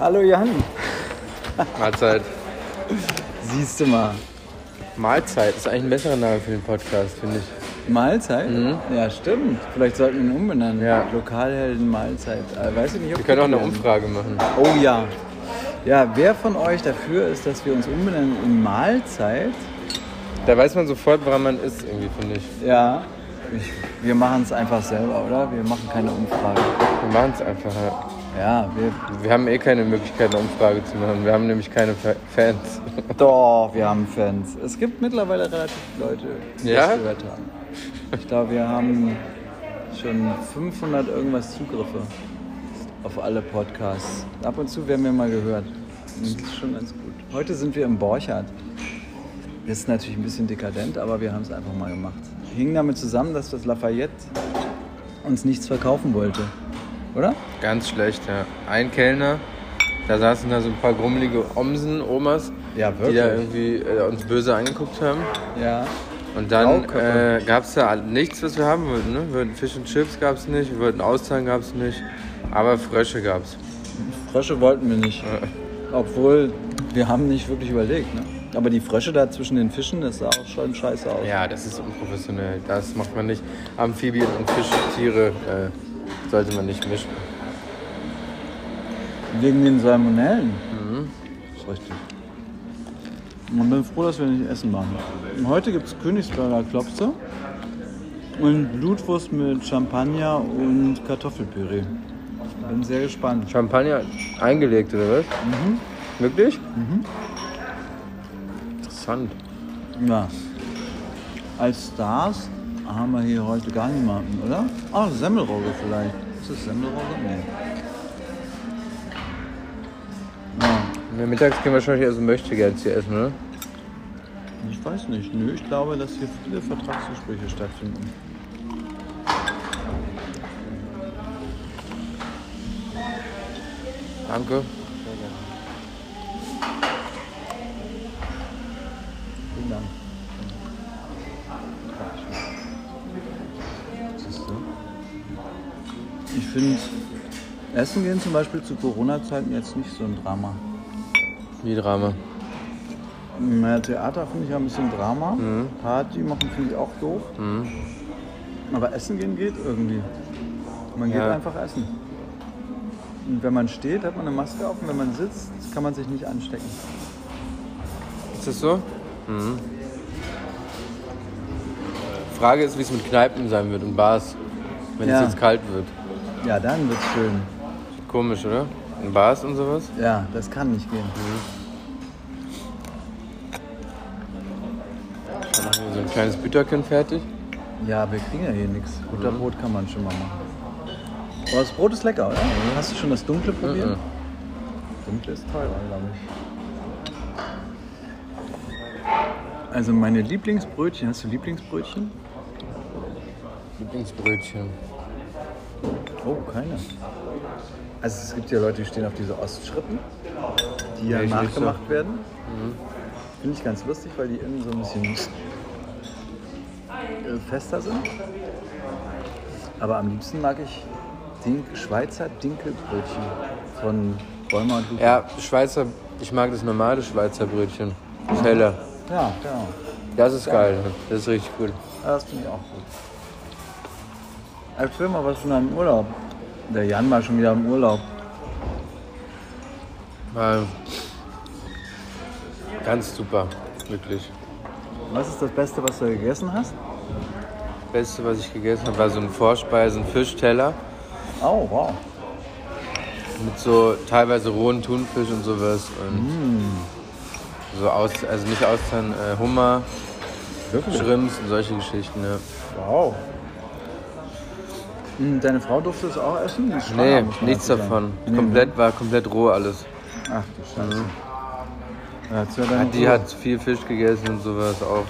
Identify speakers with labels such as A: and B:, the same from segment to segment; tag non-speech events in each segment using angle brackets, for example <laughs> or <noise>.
A: Hallo Jan.
B: Mahlzeit.
A: Siehst du mal.
B: Mahlzeit ist eigentlich ein besserer Name für den Podcast, finde ich.
A: Mahlzeit? Ja, stimmt. Vielleicht sollten wir ihn umbenennen.
B: Mhm. Ja.
A: Lokalhelden Mahlzeit. Äh, weiß ich nicht, ob
B: Wir können auch eine
A: werden.
B: Umfrage machen.
A: Oh ja. Ja, wer von euch dafür ist, dass wir uns umbenennen in Mahlzeit?
B: Da weiß man sofort, woran man ist, irgendwie, finde ich.
A: Ja. Ich, wir machen es einfach selber, oder? Wir machen keine Umfrage.
B: Wir machen es einfach. ja.
A: Ja, wir.
B: Wir haben eh keine Möglichkeit, eine Umfrage zu machen. Wir haben nämlich keine Fa- Fans.
A: Doch, wir haben Fans. Es gibt mittlerweile relativ viele Leute, die
B: Ja?
A: das gehört haben. Ich glaube, wir haben schon 500 irgendwas Zugriffe auf alle Podcasts. Ab und zu werden wir mal gehört. Und Das ist schon ganz gut. Heute sind wir im Borchardt. Das ist natürlich ein bisschen dekadent, aber wir haben es einfach mal gemacht. Hing damit zusammen, dass das Lafayette uns nichts verkaufen wollte. Oder?
B: Ganz schlecht, ja. Ein Kellner, da saßen da so ein paar grummelige Omsen, Omas,
A: Ja,
B: die da
A: wirklich.
B: irgendwie äh, uns böse angeguckt haben.
A: Ja.
B: Und dann
A: Grauköpfe.
B: äh, gab es da all- nichts, was wir haben wollten. Ne? Wir wollten Fisch und Chips gab es nicht, wir wollten Austern gab es nicht, aber Frösche gab es.
A: Frösche wollten wir nicht. Obwohl, wir haben nicht wirklich überlegt. Ne? Aber die Frösche da zwischen den Fischen, das sah auch schon scheiße aus.
B: Ja, das ist unprofessionell. Das macht man nicht. Amphibien und Fischtiere äh, sollte man nicht mischen.
A: Wegen den Salmonellen. Ist richtig. Und bin froh, dass wir nicht Essen machen. Und heute gibt es Königsberger Klopse und Blutwurst mit Champagner und Kartoffelpüree. Bin sehr gespannt.
B: Champagner eingelegt oder was? Wirklich? Interessant.
A: Ja. Als Stars haben wir hier heute gar niemanden, oder? Ah, Semmelrogge vielleicht. Ist das Semmelrogge? Nee. Ja.
B: Wir mittags gehen wahrscheinlich also möchte gerne hier essen, oder?
A: Ich weiß nicht. Nö, ich glaube, dass hier viele Vertragsgespräche stattfinden.
B: Danke.
A: Vielen Dank. Ich finde, Essen gehen zum Beispiel zu Corona-Zeiten jetzt nicht so ein Drama.
B: Wie Drama.
A: Naja, Theater finde ich ja ein bisschen Drama. Party machen finde ich auch doof. Aber Essen gehen geht irgendwie. Man geht
B: Ja.
A: einfach essen. Und wenn man steht, hat man eine Maske auf. Und wenn man sitzt, kann man sich nicht anstecken.
B: Ist das so? Mhm. Frage ist, wie es mit Kneipen sein wird und Bars, wenn
A: Ja.
B: es jetzt kalt wird.
A: Ja, dann wird's schön.
B: Komisch, oder? In Bars und sowas?
A: Ja, das kann nicht gehen.
B: Dann machen wir so ein kleines Büterkind fertig.
A: Ja, wir kriegen ja hier nichts. Butter Brot kann man schon mal machen. Aber das Brot ist lecker, oder? Also Hast du schon das dunkle probiert?
B: Mhm.
A: Dunkle ist teurer, glaube ich. Also meine Lieblingsbrötchen, hast du Lieblingsbrötchen?
B: Lieblingsbrötchen.
A: Oh, keine. Also es gibt ja Leute, die stehen auf diese Ostschritten, die ja
B: Nee, ich nicht
A: nachgemacht werden. Finde ich ganz lustig, weil die innen so ein bisschen äh, fester sind. Aber am liebsten mag ich Dink Schweizer Dinkelbrötchen von Bäumer und Luca.
B: Ja, Schweizer, ich mag das normale Schweizer Brötchen. Das helle.
A: ja, genau.
B: Das ist geil. Das ist richtig cool.
A: Ja, Das finde ich auch gut. Erzähl mal was von deinem Urlaub. Der Jan war schon wieder im Urlaub.
B: Mal ganz super, wirklich.
A: Was ist das Beste, was du gegessen hast?
B: Das Beste, was ich gegessen habe, war so ein Vorspeisen Fischteller
A: Oh, wow.
B: mit so teilweise rohen Thunfisch und sowas und
A: Mm.
B: so aus, also nicht Austern, äh, Hummer, Schrimps und solche Geschichten. ne. Ja.
A: Wow. Hm, Deine Frau durfte es auch essen? Die ist schwanger,
B: Nee,
A: muss man
B: nichts
A: dazu sagen.
B: davon.
A: Nee,
B: Komplett war komplett roh alles.
A: ne? Ach du Scheiße. Ja, hat's ja deine
B: Die
A: Ruhe.
B: hat viel Fisch gegessen und sowas auch.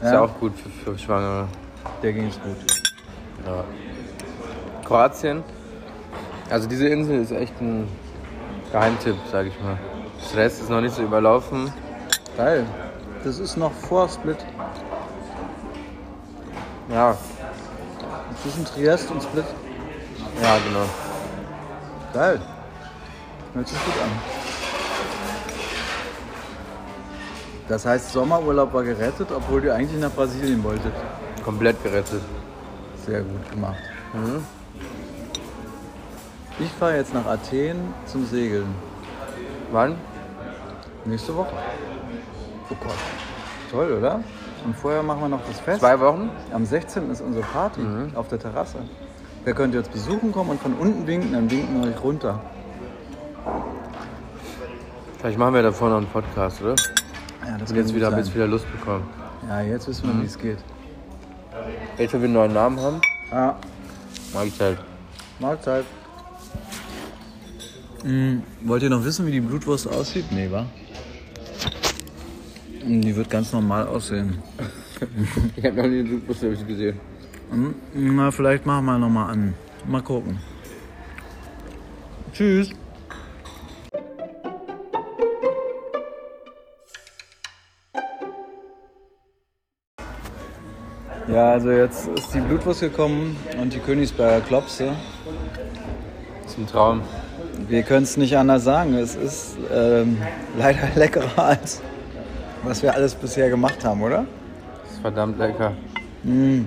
B: Ist
A: Ja.
B: ja auch gut für, für Schwangere.
A: Der ging es gut.
B: Ja. Kroatien, also diese Insel ist echt ein Geheimtipp, sag ich mal. Das Rest ist noch nicht so überlaufen.
A: Geil. Das ist noch vor Split.
B: Ja,
A: Zwischen Triest und Split.
B: ja genau.
A: Geil. Hört sich gut an. Das heißt, Sommerurlaub war gerettet, obwohl ihr eigentlich nach Brasilien wolltet.
B: Komplett gerettet.
A: Sehr gut gemacht.
B: Mhm.
A: Ich fahre jetzt nach Athen zum Segeln.
B: Wann?
A: Nächste Woche. Oh Gott. Toll, oder? Und vorher machen wir noch das Fest.
B: Zwei Mhm. Wochen?
A: Am 16. ist unsere Party auf der Terrasse. Da könnt ihr uns besuchen kommen und von unten winken, dann winken wir euch runter.
B: Vielleicht machen wir davor noch einen Podcast, oder?
A: Ja, das
B: Und jetzt
A: kann
B: wieder, Mhm.
A: gut
B: hab
A: sein.
B: jetzt wieder Lust bekommen.
A: Ja, jetzt wissen wir, wie es geht.
B: Jetzt, wenn wir einen neuen Namen haben,
A: Ah,
B: mag ich halt.
A: Mahlzeit. Mm, wollt ihr noch wissen, wie die Blutwurst aussieht? Nee, wa? Mm, Die wird ganz normal aussehen.
B: Ich habe noch nie einen Blutbus gesehen.
A: Na, vielleicht machen wir nochmal an. Mal gucken. Tschüss. Ja, also jetzt ist die Blutwurst gekommen und die Königsberger Klopse.
B: Ist ein Traum.
A: Wir können es nicht anders sagen. Es ist ähm, <laughs> leider leckerer als was wir alles bisher gemacht haben, oder?
B: Ist verdammt lecker.
A: Und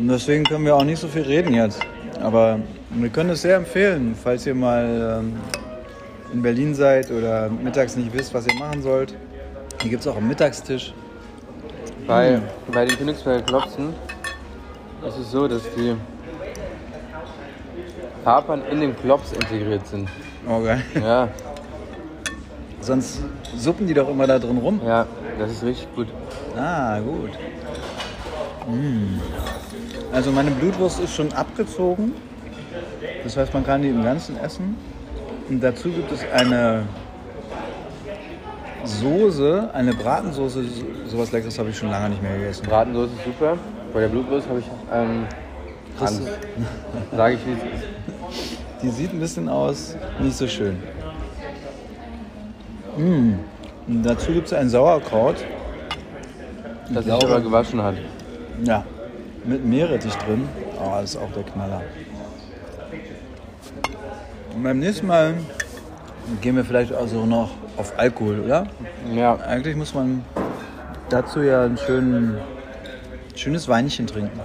A: deswegen können wir auch nicht so viel reden jetzt. Aber wir können es sehr empfehlen, falls ihr mal ähm, in Berlin seid oder mittags nicht wisst, was ihr machen sollt. Hier gibt es auch am Mittagstisch.
B: Bei, bei den Königsberger Klopsen ist es so, dass die Kapern in den Klops integriert sind.
A: Oh, geil.
B: Ja,
A: Sonst suppen die doch immer da drin rum.
B: ja, das ist richtig gut.
A: Ah, gut. Mm. Also meine Blutwurst ist schon abgezogen. Das heißt, man kann die im Ganzen essen. Und dazu gibt es eine Soße, eine Bratensoße. So- Sowas Leckeres habe ich schon lange nicht mehr gegessen.
B: Bratensoße ist super. Bei der Blutwurst habe ich ähm,
A: Kriegst du-
B: Angst. Sage ich, wie es ist.
A: Die sieht ein bisschen aus, nicht so schön. Mm. Und dazu gibt es ein Sauerkraut.
B: Dass
A: glaube-
B: ich aber gewaschen hat.
A: Ja, mit Meerrettich drin. Oh, das ist auch der Knaller. Und beim nächsten Mal gehen wir vielleicht also noch auf Alkohol, oder?
B: Ja,
A: Eigentlich muss man dazu ja ein schönen, schönes Weinchen trinken.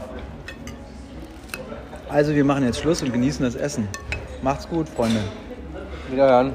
A: Also wir machen jetzt Schluss und genießen das Essen. Macht's gut, Freunde.
B: wiederhören.